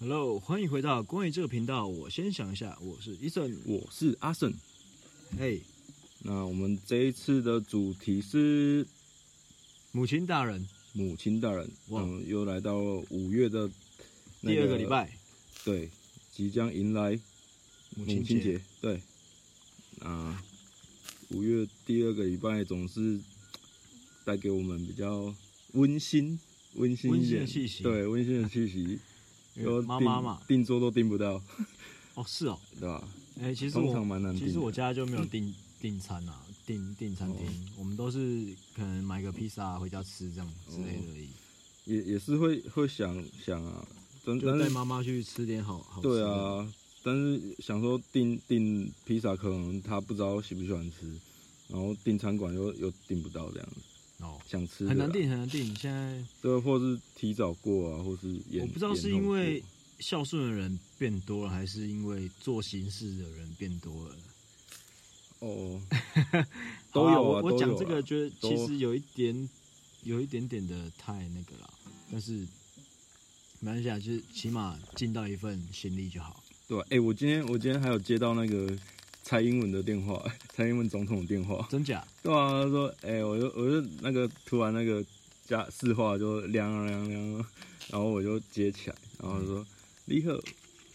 Hello，欢迎回到关于这个频道。我先想一下，我是 Eason。我是阿胜。嘿，那我们这一次的主题是母亲大人，母亲大人，哇嗯，又来到五月的、第二个礼，拜对，即将迎来母母亲节，节，对，啊，五月第二个礼拜总是带给我们比较温馨、温馨温一馨的点气息对，温馨的气 息，因为都妈订妈嘛。订桌都订不到，哦，是哦，对吧？哎、其实通常我蛮难订的。嗯其实我家就没有订订餐啊，订订餐厅，哦我们都是可能买个披萨、啊、回家吃这样之类的而已，也也是会会想想啊，但就但带是妈妈去吃点好好吃的。对啊，但是想说订订披萨，可能他不知道喜不喜欢吃，然后订餐馆又又订不到这样子，哦，想吃的很难啊，订，很难订。现在对，或是提早过啊，或是延我不知道延是后因过为孝顺的人变多了，还是因为做形事的人变多了。哦， 好都啦有我啊，我都讲有这个，啊觉得都其实有一点，有一点点的太那个了，但是没关系啊，就是起码尽到一份心力就好。对吧、哎、我今天我今天还有接到那个蔡英文的电话， 蔡英文总统的电话，真假？对啊，他说，哎、我就我就那个突然那个加市话就凉啊凉啊凉啊， 然后我就接起来，然后他嗯说，你好，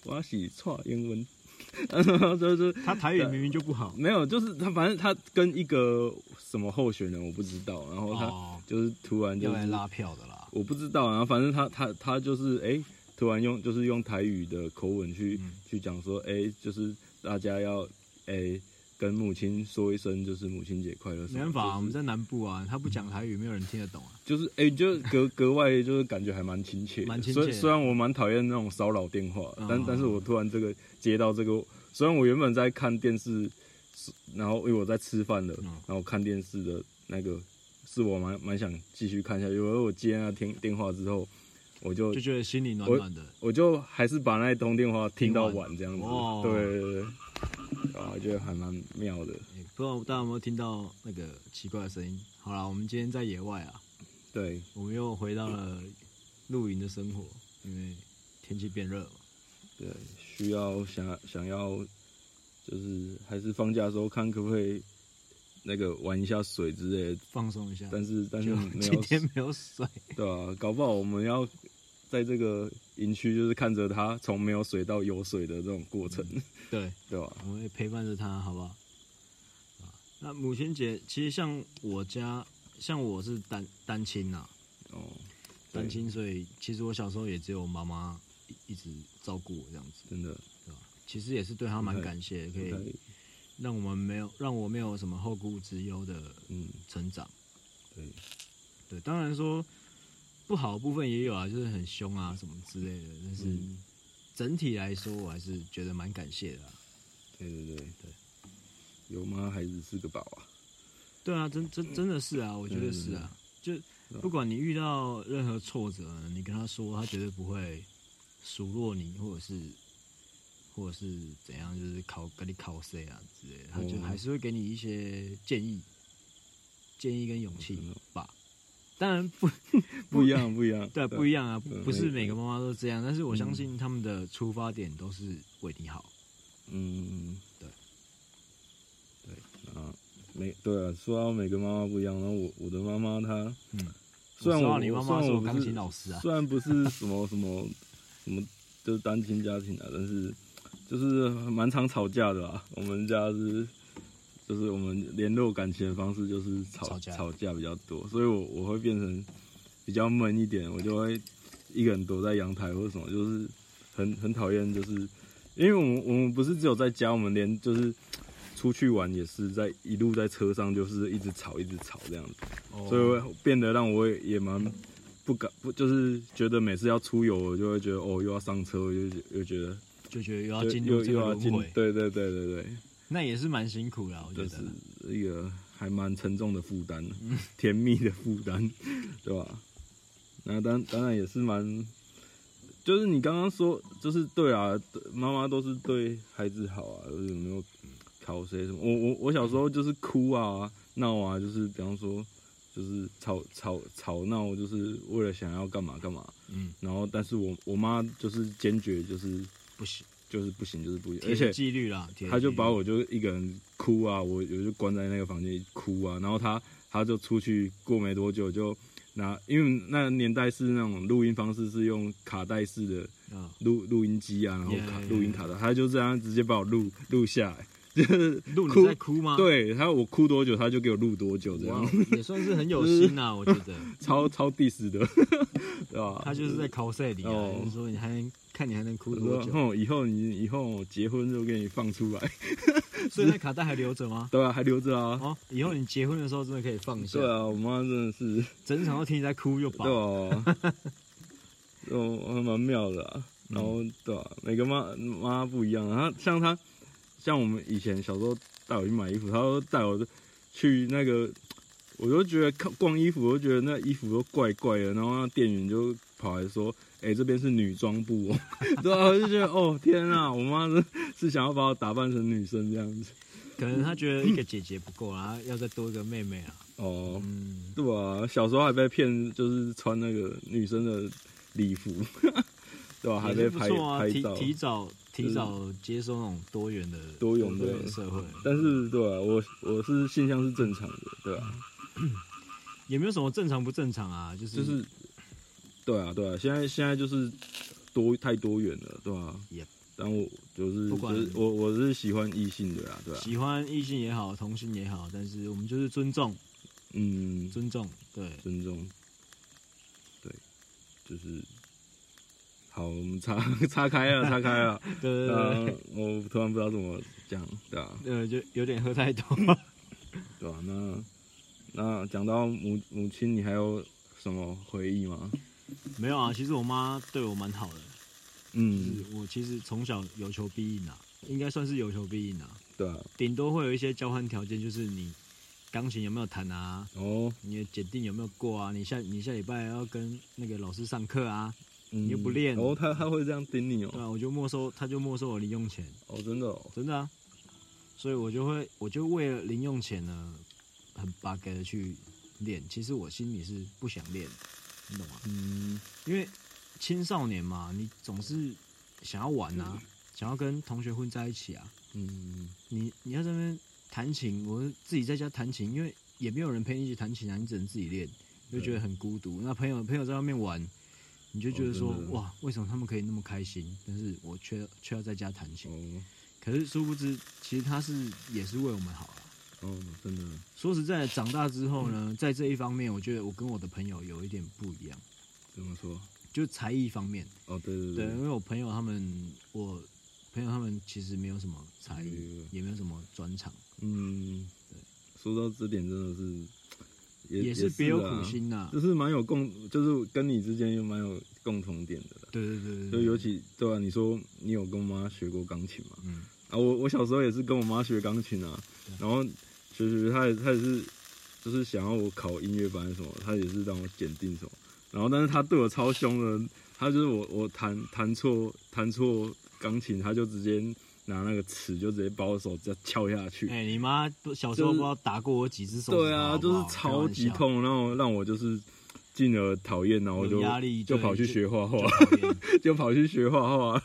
我是蔡英文， 然后就是他台语明明就不好。没有，就是他反正他跟一个什么候选人我不知道，然后他哦，就是突然就要来是拉票的啦。我不知道，然后反正他他他就是哎、突然用就是用台语的口吻去、嗯去讲说，哎、就是大家要哎、跟母亲说一声，就是母亲节快乐什没么的。办法啊、我就是们在南部啊，他不讲台语，没有人听得懂啊。就是哎、就是格 格外就是感觉还蛮亲切的，蛮亲切的虽虽然我蛮讨厌那种骚扰电话，嗯但但是我突然这个接到这个，虽然我原本在看电视，是然后因为我在吃饭的，嗯然后看电视的那个是我蛮蛮想继续看下去，因为我接那天电话之后，我就就觉得心里暖暖的。我就还是把那一通电话听到听晚这样子，哦对对对对，啊，我觉得还蛮妙的，欸不知道大家有没有听到那个奇怪的声音？好啦，我们今天在野外啊，对，我们又回到了露营的生活，因为天气变热嘛。对，需要想想要，就是还是放假的时候看可不可以那个玩一下水之类的，放松一下。但是但是就没今有天没有水，对啊，搞不好我们要在这个营区就是看着它从没有水到有水的这种过程， 嗯对，对吧、我们会陪伴着他，好不好？啊，那母亲节其实像我家，像我是单单亲呐、哦，对单亲，所以其实我小时候也只有妈妈一一直照顾我这样子，真的对吧？其实也是对她蛮对感谢的，可应该以让我们没有让我没有什么后顾之忧的嗯成长。对，对，当然说不好的部分也有啊，就是很凶啊什么之类的，但是嗯整体来说，我还是觉得蛮感谢的、啊。对对对对，有妈孩子是个宝啊，对啊，真嗯真真的是啊，我觉得是啊，就不管你遇到任何挫折，你跟他说，他绝对不会数落你，或者是或者是怎样，就是考跟你考 C 啊之类的，他就嗯还是会给你一些建议、建议跟勇气嗯吧。当然 不不一样不一样，对啊，不一样啊，对嗯不是没每个妈妈都这样，但是我相信他们的出发点都是为你好。嗯，对，对啊，每对啊，说到每个妈妈不一样，然后我我的妈妈她嗯，虽然我知我道你妈妈是虽然我我不钢是琴老师啊，虽然不是什么什么什么就是单亲家庭啊，但是就是蛮常吵架的啊。我们家是就是我们联络感情的方式就是吵吵架比较多，所以我我会变成比较闷一点，我就会一个人躲在阳台或者什么，就是很很讨厌，就是因为我们我们不是只有在家，我们连就是。出去玩也是在一路在车上，就是一直吵，一直吵这样子。哦所以会变得让我也蛮不敢，不就是觉得每次要出游，我就会觉得哦，又要上车，我就觉又觉得就觉得又要就进入又这又个要轮进回，，对对对对对，那也是蛮辛苦的啊，我觉这得。是一个还蛮沉重的负担， 甜蜜的负担，对吧？那当当然也是蛮，就是你刚刚说，就是对啊，妈妈都是对孩子好啊，有没有考谁什么？我我我小时候就是哭啊闹啊，就是比方说。就是吵吵吵闹，就是为了想要干嘛干嘛。嗯，然后，但是我我妈就是坚决就是不行，就是不行，就是不行，铁而且纪律啦，铁她纪就律把我就一个人哭啊，我我就关在那个房间哭啊，然后她她就出去过没多久就拿，因为那个年代是那种录音方式是用卡带式的啊，录录音机啊，然后卡 Yeah, 录音 yeah, 卡带，她就这样直接把我录录下来，就是录你哭在哭吗？，对，她我哭多久，她就给我录多久这啊哇哦样，，也算是很有心呐，我觉得 超超 diss 的， 对吧？他就是在 cos 你啊，哦就是说你还能看你还能哭我说多：“久，哼，以后你以后结婚就给你放出来， 所以那卡带还留着吗？对啊，还留着啊。哦，以后你结婚的时候真的可以放一下对，啊，我妈真的是，整场都听你在哭就饱对，啊， 哦，还蛮妙的、啊。嗯然后对啊，每个妈妈不一样、啊。她像她，像我们以前小时候带我去买衣服，她都带我去那个，我就觉得看逛衣服，我就觉得那衣服都怪怪的。然后那店员就跑来说：“哎、这边是女装部哦。” 对啊，我就觉得哦天啊，我妈是是想要把我打扮成女生这样子。可能他觉得一个姐姐不够啦，要再多一个妹妹啊，哦，嗯，对啊，小时候还被骗，就是穿那个女生的礼服，对吧、还也被是不拍、错啊，拍提照。提早提是早接受那种多元的多元的的社会，但是对啊，我我是性向是正常的，对吧、嗯也没有什么正常不正常啊，就是就是对啊，对啊，现在现在就是多太多元了，对吧、 Yep 但我就是不管就是我我是喜欢异性的啦，对吧、喜欢异性也好，同性也好，但是我们就是尊重， 嗯，尊重，对，尊重，对，就是好，我们岔岔开了，岔开 了。对对对呃，我突然不知道怎么讲，对啊，对，呃，就有点喝太多，对啊，那那讲到母母亲，你还有什么回忆吗？ 没有啊，其实我妈对我蛮好的，就是嗯，我其实从小有求必应啊，应该算是有求必应啊，对啊，顶多会有一些交换条件，就是你钢琴有没有弹啊，哦，你的检定有没有过啊，你下你下礼拜要跟那个老师上课啊，你你又不练哦，他他会这样盯你对哦，啊，我就没收，他就没收我零用钱，哦，真的哦，真的啊，所以我就会，我就为了零用钱呢，很巴给的去练。其实我心里是不想练，你懂吗？嗯，因为青少年嘛，你总是想要玩啊，想要跟同学混在一起啊。嗯，你你要在那边弹琴，我自己在家弹琴，因为也没有人陪你一起弹琴啊，你只能自己练，就觉得很孤独。那朋友朋友在外面玩，你就觉得说、哦真的哇，为什么他们可以那么开心，但是我却却要在家弹琴？哦，可是殊不知，其实他是也是为我们好啊。哦，真的，说实在的，长大之后呢，嗯在这一方面，我觉得我跟我的朋友有一点不一样，怎么说？就才艺方面。哦，对对对，因为我朋友他们，我朋友他们其实没有什么才艺，也没有什么专长，嗯，说到这点真的是，也也是别有苦，心呐、啊就是蛮有共，就是跟你之间又蛮有共同点的啦。对对对对就对，尤其对啊，你说你有跟妈学过钢琴吗？嗯啊，我我小时候也是跟我妈学钢琴啊，然后学学学，她也她也是就是想要我考音乐班什么，她也是让我检定什么，然后但是她对我超凶的，她就是我我弹弹错弹错钢琴，她就直接拿那个尺就直接把我手这样敲下去，哎、你妈不小时候不就是知道打过我几只手指头，对啊，好不就好是超级，痛，然后让我就是进而讨厌，然后我有就压力就对跑去就学画画开，玩笑就讨 厌就跑去学画画。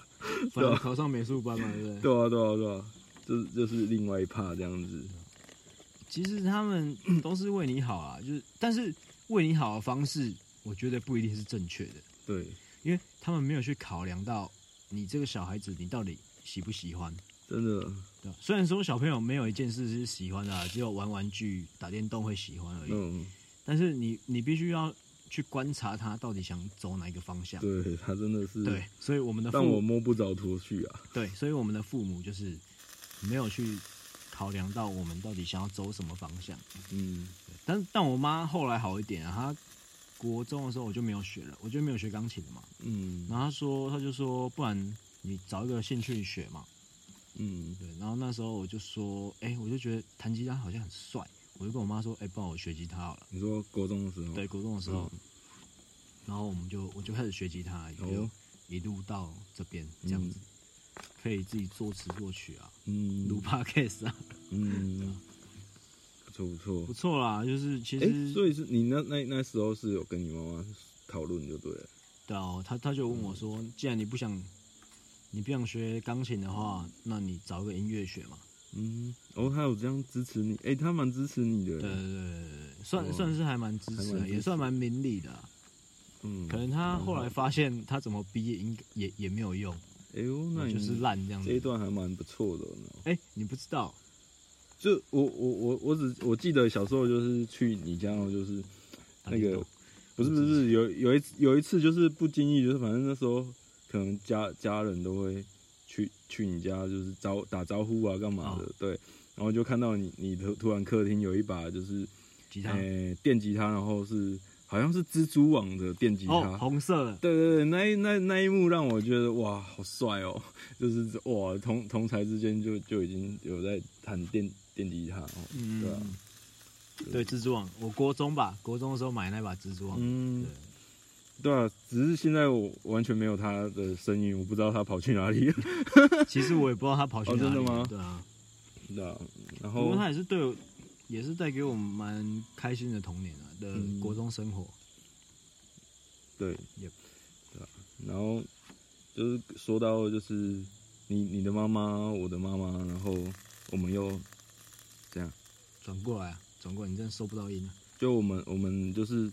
反正考上美术班嘛，对不对？对啊，对啊，对啊，这就是另外一趴这样子。其实他们都是为你好 啊，就是但是为你好的方式，我觉得不一定是正确的，对，因为他们没有去考量到你这个小孩子你到底喜不喜欢，真的，对吧？虽然说小朋友没有一件事是喜欢的、啊，只有玩玩具、打电动会喜欢而已，嗯，但是你你必须要去观察他到底想走哪一个方向。对他真的是，对，所以我们的父但我母摸不着头绪啊。对，所以我们的父母就是没有去考量到我们到底想要走什么方向。嗯，但但我妈后来好一点啊，她国中的时候我就没有学了，我就没有学钢琴了嘛。嗯，然后她说，她就说，不然你找一个兴趣学嘛。嗯，对，然后那时候我就说，哎、我就觉得弹吉他好像很帅，我就跟我妈说，哎、帮我学吉他好了。你说国中的时候，对，，国中的时候，然后我们就我就开始学吉他，就哦哦一路到这边这样子，可以自己作词作曲啊，嗯，录 podcast 啊，嗯，错不错不。错啦，就是其哎、实所以是你那那那时候是有跟你妈妈讨论就对了，对啊，他他就嗯问我说，既然你不想你不想学钢琴的话，那你找一个音乐学嘛。嗯，哦，他有这样支持你，哎、他蛮支持你的，对对对对对，算哇算是还蛮支持啊还蛮的，支持也算蛮明理的啊、嗯，可能他后来发现他怎么逼也应也也没有用，哎呦，那你就是烂这样这一子。段还蛮不错的呢。哎、你不知道，就我我我我只我记得小时候就是去你家，然后就是那打电个动不是不是有有一次有一次就是不经意，就是反正那时候可能家家人都会去去你家，就是招打招呼啊干嘛的，哦对，然后就看到你你突突然客厅有一把就是吉他、诶、电吉他，然后是好像是蜘蛛网的电吉他，哦，红色的，对对对，那一那那一幕让我觉得哇，好帅哦！ 就是哇，同同才之间就就已经有在弹电电吉他哦，嗯，对啊对蜘蛛网，我国中吧，国中的时候买那把蜘蛛网，嗯对，对啊，只是现在我完全没有他的声音，我不知道他跑去哪里了，其实我也不知道他跑去哦哪真里的了，吗对啊， 对啊，然不后过他也是对我，也是带给我们蛮开心的童年啊的嗯国中生活，对 Yep 对啊，然后就是说到就是你你的妈妈，我的妈妈，然后我们又这样。转过来啊，转过来，你真的收不到音啊，就我们我们就是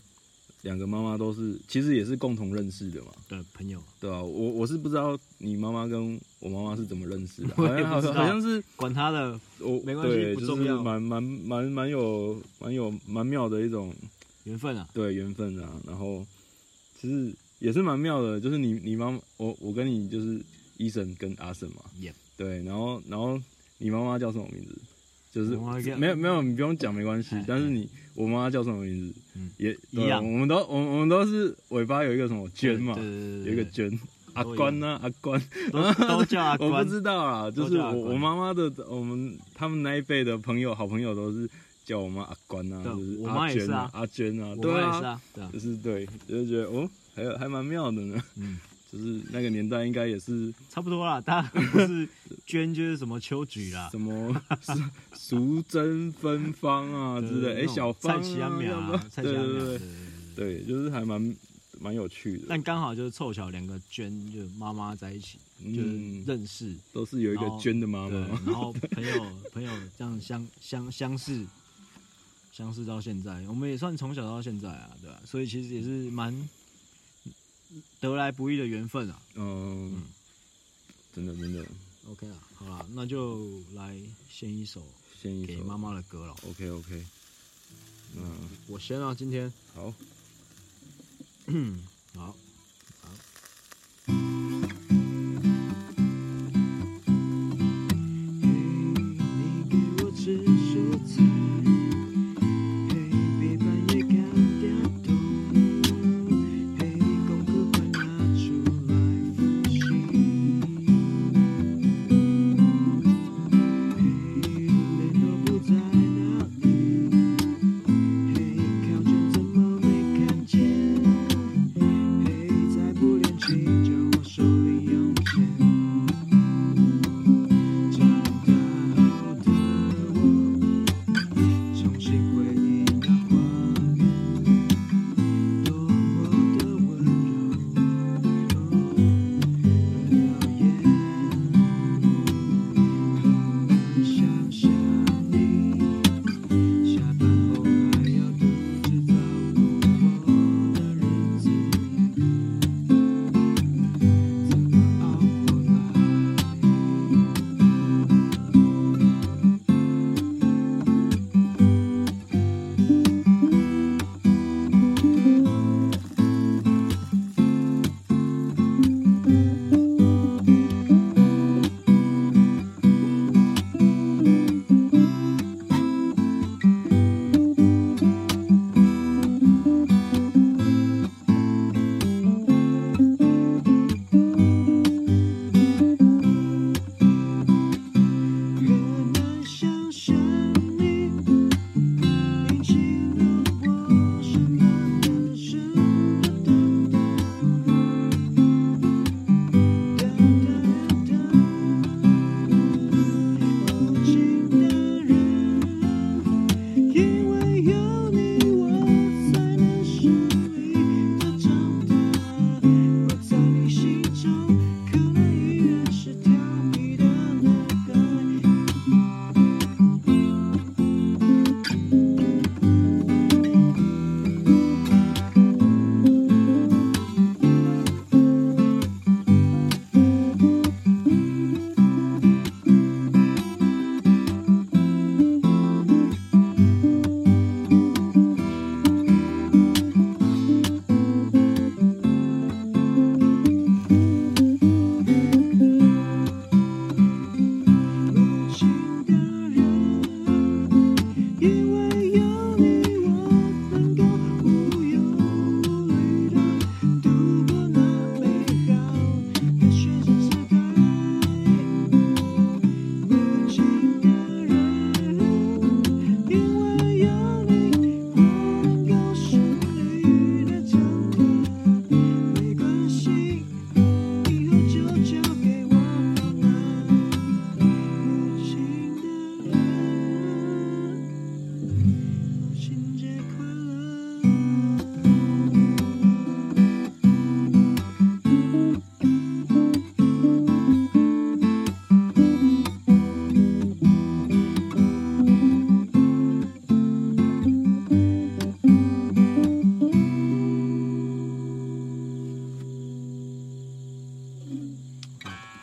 两个妈妈都是，其实也是共同认识的嘛，对，朋友对啊，我我是不知道你妈妈跟我妈妈是怎么认识 的，我好也像不知道好像是管他的，我没关系对不就是重要蛮蛮蛮蛮有蛮有蛮妙的一种缘分啊，对缘分啊，然后其实也是蛮妙的，就是你你妈妈我我跟你就是医生跟阿婶嘛，也对，然后然后你妈妈叫什么名字？就是我妈妈叫没有没有，你不用讲没关系哎。但是你我妈妈叫什么名字？嗯也一样对我们都我们我们都是尾巴有一个什么娟嘛，对对对有一对个对娟阿关呢、阿关，都都叫阿 我关不，知道啊，就都是叫阿我关我妈妈的我们他们那一辈的朋友好朋友都是叫我妈阿关啊，对就是我妈阿也是娟啊阿娟啊，我对妈也是啊，对啊就，是对，就是觉得哦，还有还蛮妙的呢，嗯。 就是那个年代应该也是差不多啦，大家不是捐就是什么秋菊啦， 什 么淑珍芬芳啊之类，哎、那种小芳、蔡啊、奇安苗要不啊要，蔡奇对安对苗，对对对对对，就是还蛮蛮有趣的，但刚好就是凑巧两个捐，就妈妈在一起，就是嗯，认识，都是有一个然后娟的妈哦对，妈，然后朋友朋友这样相相相识，相识到现在，我们也算从小到现在啊，对吧、所以其实也是蛮得来不易的缘分啊。嗯，真的真的， OK 啊，好啦，那就来献一首先一给首妈妈的歌了。 ，OK OK，嗯，我先啊，今天。好，好，好。嘿，你给我吃蔬菜，嘿，别半夜看电动，嘿，功课快拿出来复习，嘿，人都不在哪里，嘿，考卷怎么没看见？嘿，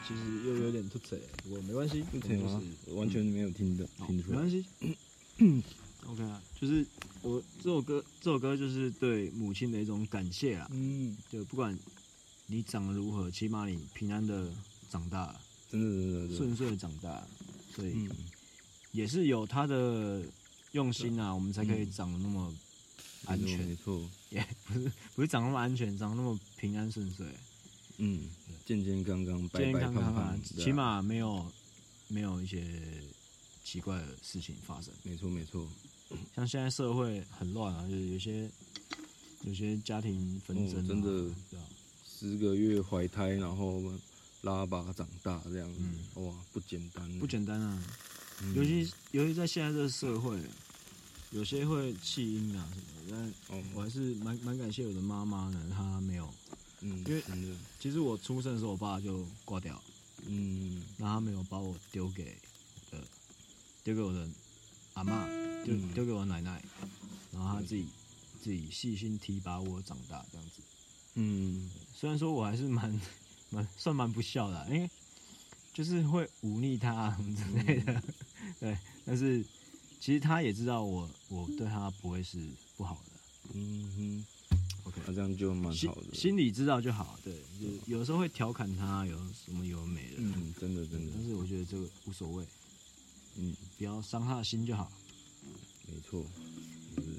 其实又有点吐嘴，不过没关系，不我们行就是吗？我完全哦没有听的，好听没出来关。系。OK 啊，就是我这首歌，这首歌就是对母亲的一种感谢啊。嗯，就不管你长得如何，起码你平安的长大，真的真的真的顺遂的长大，所以啊嗯，也是有他的用心啊，我们才可以长得那么安嗯没错全，没错。不是长那么安全，长那么平安顺遂，嗯，健健康康，白健白健康胖康啊胖，，对啊起码没有没有一些奇怪的事情发生。没错没错。像现在社会很乱啊，就是有些有些家庭纷争、啊哦真的对啊，十个月怀胎，然后拉拔长大这样子，嗯哇，不简单，不简单啊。嗯尤其尤其在现在这个社会，有些会弃婴啊什么的，但哦，我还是蛮蛮感谢我的妈妈呢，她没有。嗯，因为真的，其实我出生的时候，我爸就挂掉，嗯，那他没有把我丢给我的丢给我的阿妈，丢嗯丢给我奶奶，然后他对自己自己细心提拔我长大这样子。嗯，虽然说我还是蛮 蛮算蛮不孝的啊、因为就是会忤逆他啊什么之类的， 对。但是其实他也知道我我对他不会是不好的嗯哼， ，OK，那、这样就蛮心好的，心里知道就好，对。有有时候会调侃他，有什么有的没的，嗯，真的真的但，是我觉得这个无所谓，嗯，不要伤他的心就好。没错，就是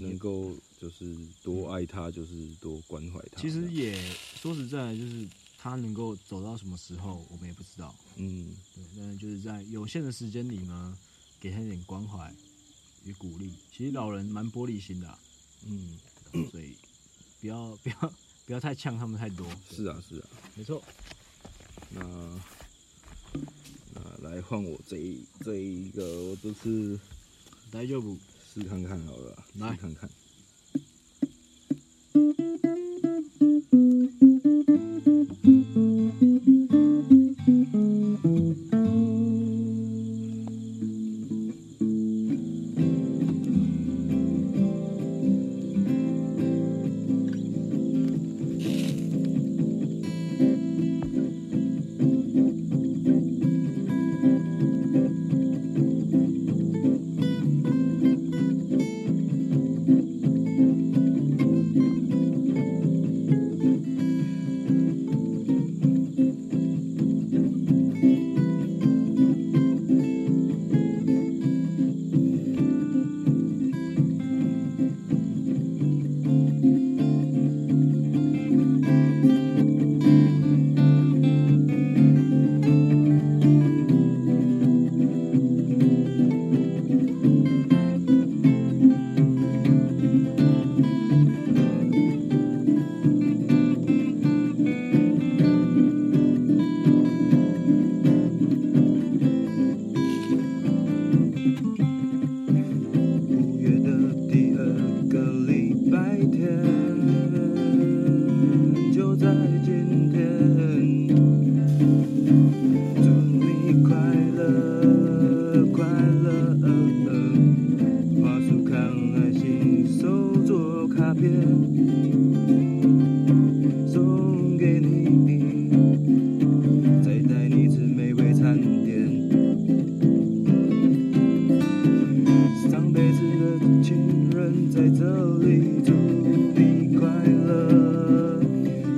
能够就是多爱他，就是多关怀他，其这实样，也说实在的，就是他能够走到什么时候，我们也不知道。嗯，对，那就是在有限的时间里呢，给他一点关怀与鼓励。其实老人蛮玻璃心的啊、啊嗯，所以不要不要不要太呛他们太多。对是，啊是啊，没错。那那来换我这一这一个，我这次大丈夫。试看看好了，试来看看。五月的第二个礼拜天，就在今天。祝你快乐，快乐。花束看爱心手作卡片，送给你，再带你吃美味餐点。上辈子的情人在这里，祝你快乐，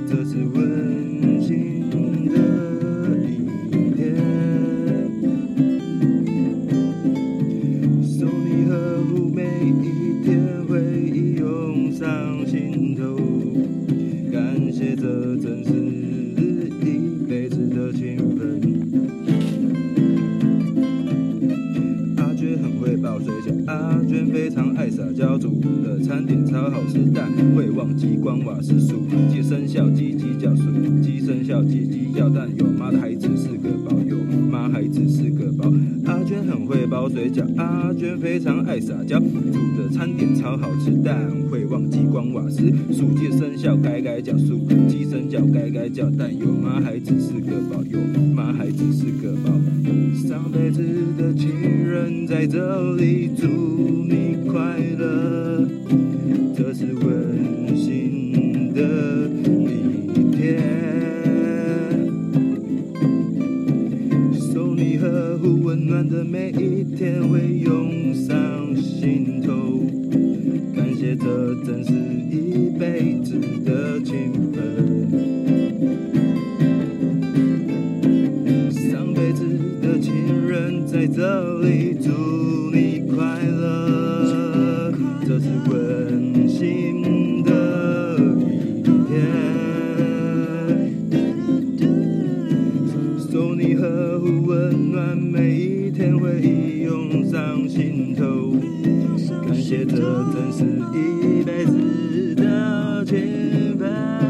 这是温馨的一天。送你呵护，每一天回忆涌上心头，感谢这真是一辈子的情分。阿娟很会包水饺，阿娟非常爱撒娇，煮的餐点超好吃，但会忘记关瓦斯数。鸡生肖，鸡鸡叫；属鸡生肖，鸡鸡叫。但有妈的孩子是个宝，有妈孩子是个宝。阿娟很会包水饺，阿娟非常爱撒娇，煮的餐点超好吃，但会忘记关瓦斯。属鸡生肖，该该叫；属鸡生肖，该该叫。但有妈孩子是个宝，有妈孩子是个宝。上辈子的情人在这里，祝你快乐，这是温馨的一天。不温暖的每一天会涌上心头。感谢这真是一辈子的情分，上辈子的情人在这里祝你快乐，这是温馨的一天。送你呵护温暖，每一天回忆涌上心头。感谢这真是一辈子的情分。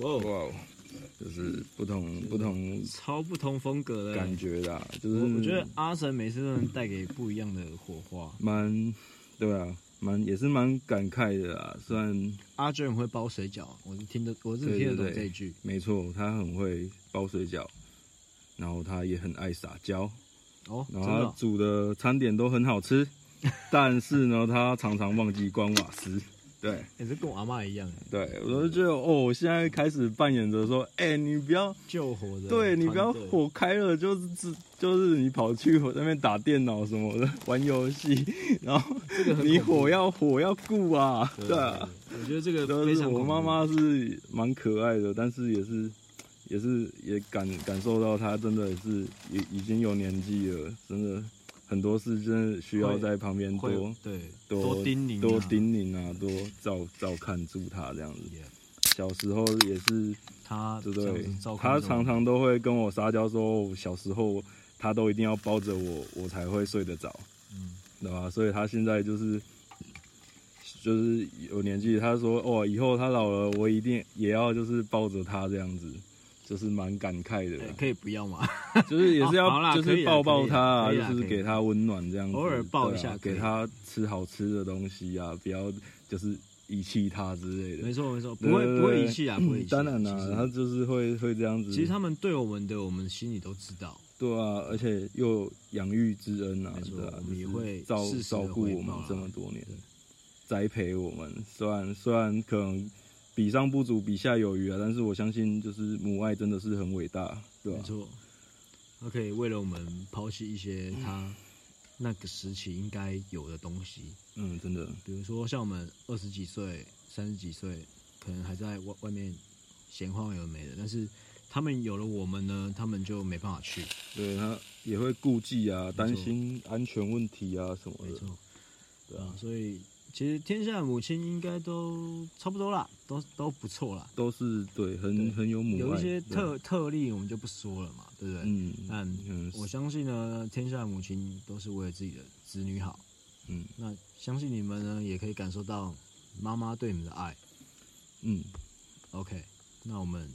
哇哦，哇，就是不同不同超不同风格的感。觉啦，就是我我觉得阿神每次都能带给不一样的火花。蛮对啊，蛮也是蛮感慨的啦。虽然阿俊会包水饺，我是听得，我是听得懂这一句。没错，他很会包水饺，然后他也很爱撒娇，哦，真然的后他哦，煮的餐点都很好吃， 但是呢，他常常忘记关瓦斯。对也是跟我阿妈一样，哎对，我就觉得哦，我现在开始扮演着说，哎、你不要救火的。对你不要。火开了，就是自就是你跑去我那边打电脑什么的玩游戏，然后你火要火要顾啊，对对啊，我觉得这个就非是常恐怖我妈妈是蛮可爱的，但是也是也是也感感受到她真的是已已经有年纪了，真的很多事真的需要会在旁边会有多对多多叮咛啊，多叮咛啊，多照照看住她这样子。 Yeah，小时候也是他对这样对子照，顾他这种常常都会跟我撒娇说，我小时候他都一定要抱着我，我才会睡得着，嗯对吧？所以他现在就是就是有年纪，他说哦，以后他老了，我一定也要就是抱着他这样子，就是蛮感慨的哎啦，可以不要吗？就是也是哦好要啦就可以是啦抱抱他啊，可以就啦是可以给他温暖这样子，偶尔抱一对啊下可以给他吃好吃的东西啊，不要就是遗弃他之没类的。错没错，不会对对对嗯不会遗弃啊，不会遗弃。当然啦、其实他就是会会这样子。其实他们对我们的，我们心里都知道。对啊，而且又有养育之恩啊，没错对啊我，们也就是会照适时地照顾我回报们啊这么多年对，栽培我们。虽然虽然可能比上不足，比下有余啊，但是我相信就是母爱真的是很伟大，对吧、没错，他可以为了我们抛弃一些他那个时期应该有的东西，嗯，真的，比如说像我们二十几岁、三十几岁，可能还在外外面闲晃有的没的，但是他们有了我们呢，他们就没办法去。对他也会顾忌错啊，担心安全问题啊什么没的。错，对啊，所以其实天下的母亲应该都差不多啦，都都不错啦。都是对对，很很有母爱，有一些对特特例我们就不说了嘛，对不对？嗯但嗯我相信呢，天下的母亲都是为了自己的子女好。嗯那相信你们呢，也可以感受到妈妈对你们的爱。嗯 OK，那我们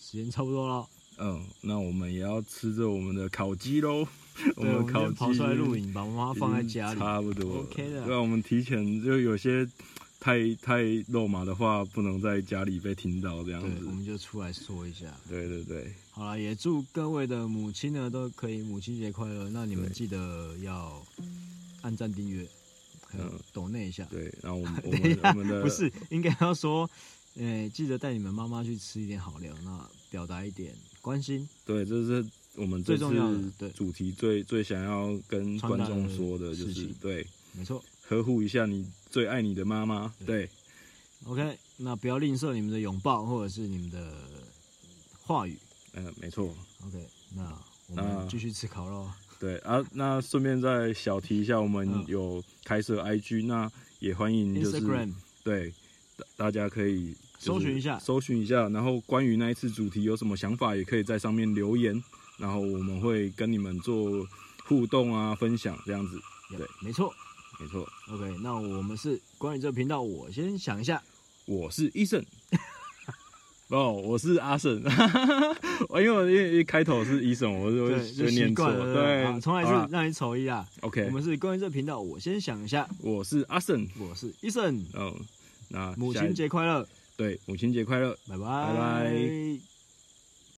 时间差不多了，嗯，那我们也要吃着我们的烤鸡喽， 我对们今烤天鸡跑出来露营，把妈妈放在家已里经。嗯差不多了 OK 的对啊，我们提前就有些太太肉麻的话，不能在家里被听到这样对，子我。们就出来说一下。对对对，好了，也祝各位的母亲呢都可以母亲节快乐。那你们对记得要按赞、订阅，还有嗯抖那一下。对，然后我们 我等一们下我们的不是应该要说，呃，记得带你们妈妈去吃一点好料，那表达一点关心。对，这是我们最这重要的次对主题最最想要跟传观达的众说的就事是情对，没错。呵护一下你最爱你的妈妈。对， OK，那不要吝啬你们的拥抱或者是你们的话语。嗯、没错。 OK，那我那们继续吃烤肉。对啊，那顺便再小提一下，我们嗯有开设 IG，、那也欢迎嗯就是 Instagram 对，大大家可以就搜是寻一下搜寻一下，然后关于那一次主题有什么想法，也可以在上面留言，然后我们会跟你们做互动啊，分享这样子，对，没错。没错。 OK，那我们是关于这个频道，我先想一下。我是 医生，哦，我是阿胜， 我因为我一一开头是医生，我就对，会就就习念错，惯了。对对好，重来一好啦次，让你瞅一下。 OK，我们是关于这个频道，我先想一下。我是阿胜，我是 Eason，嗯，那母下一亲节快乐，对母亲节快乐。拜拜，拜拜。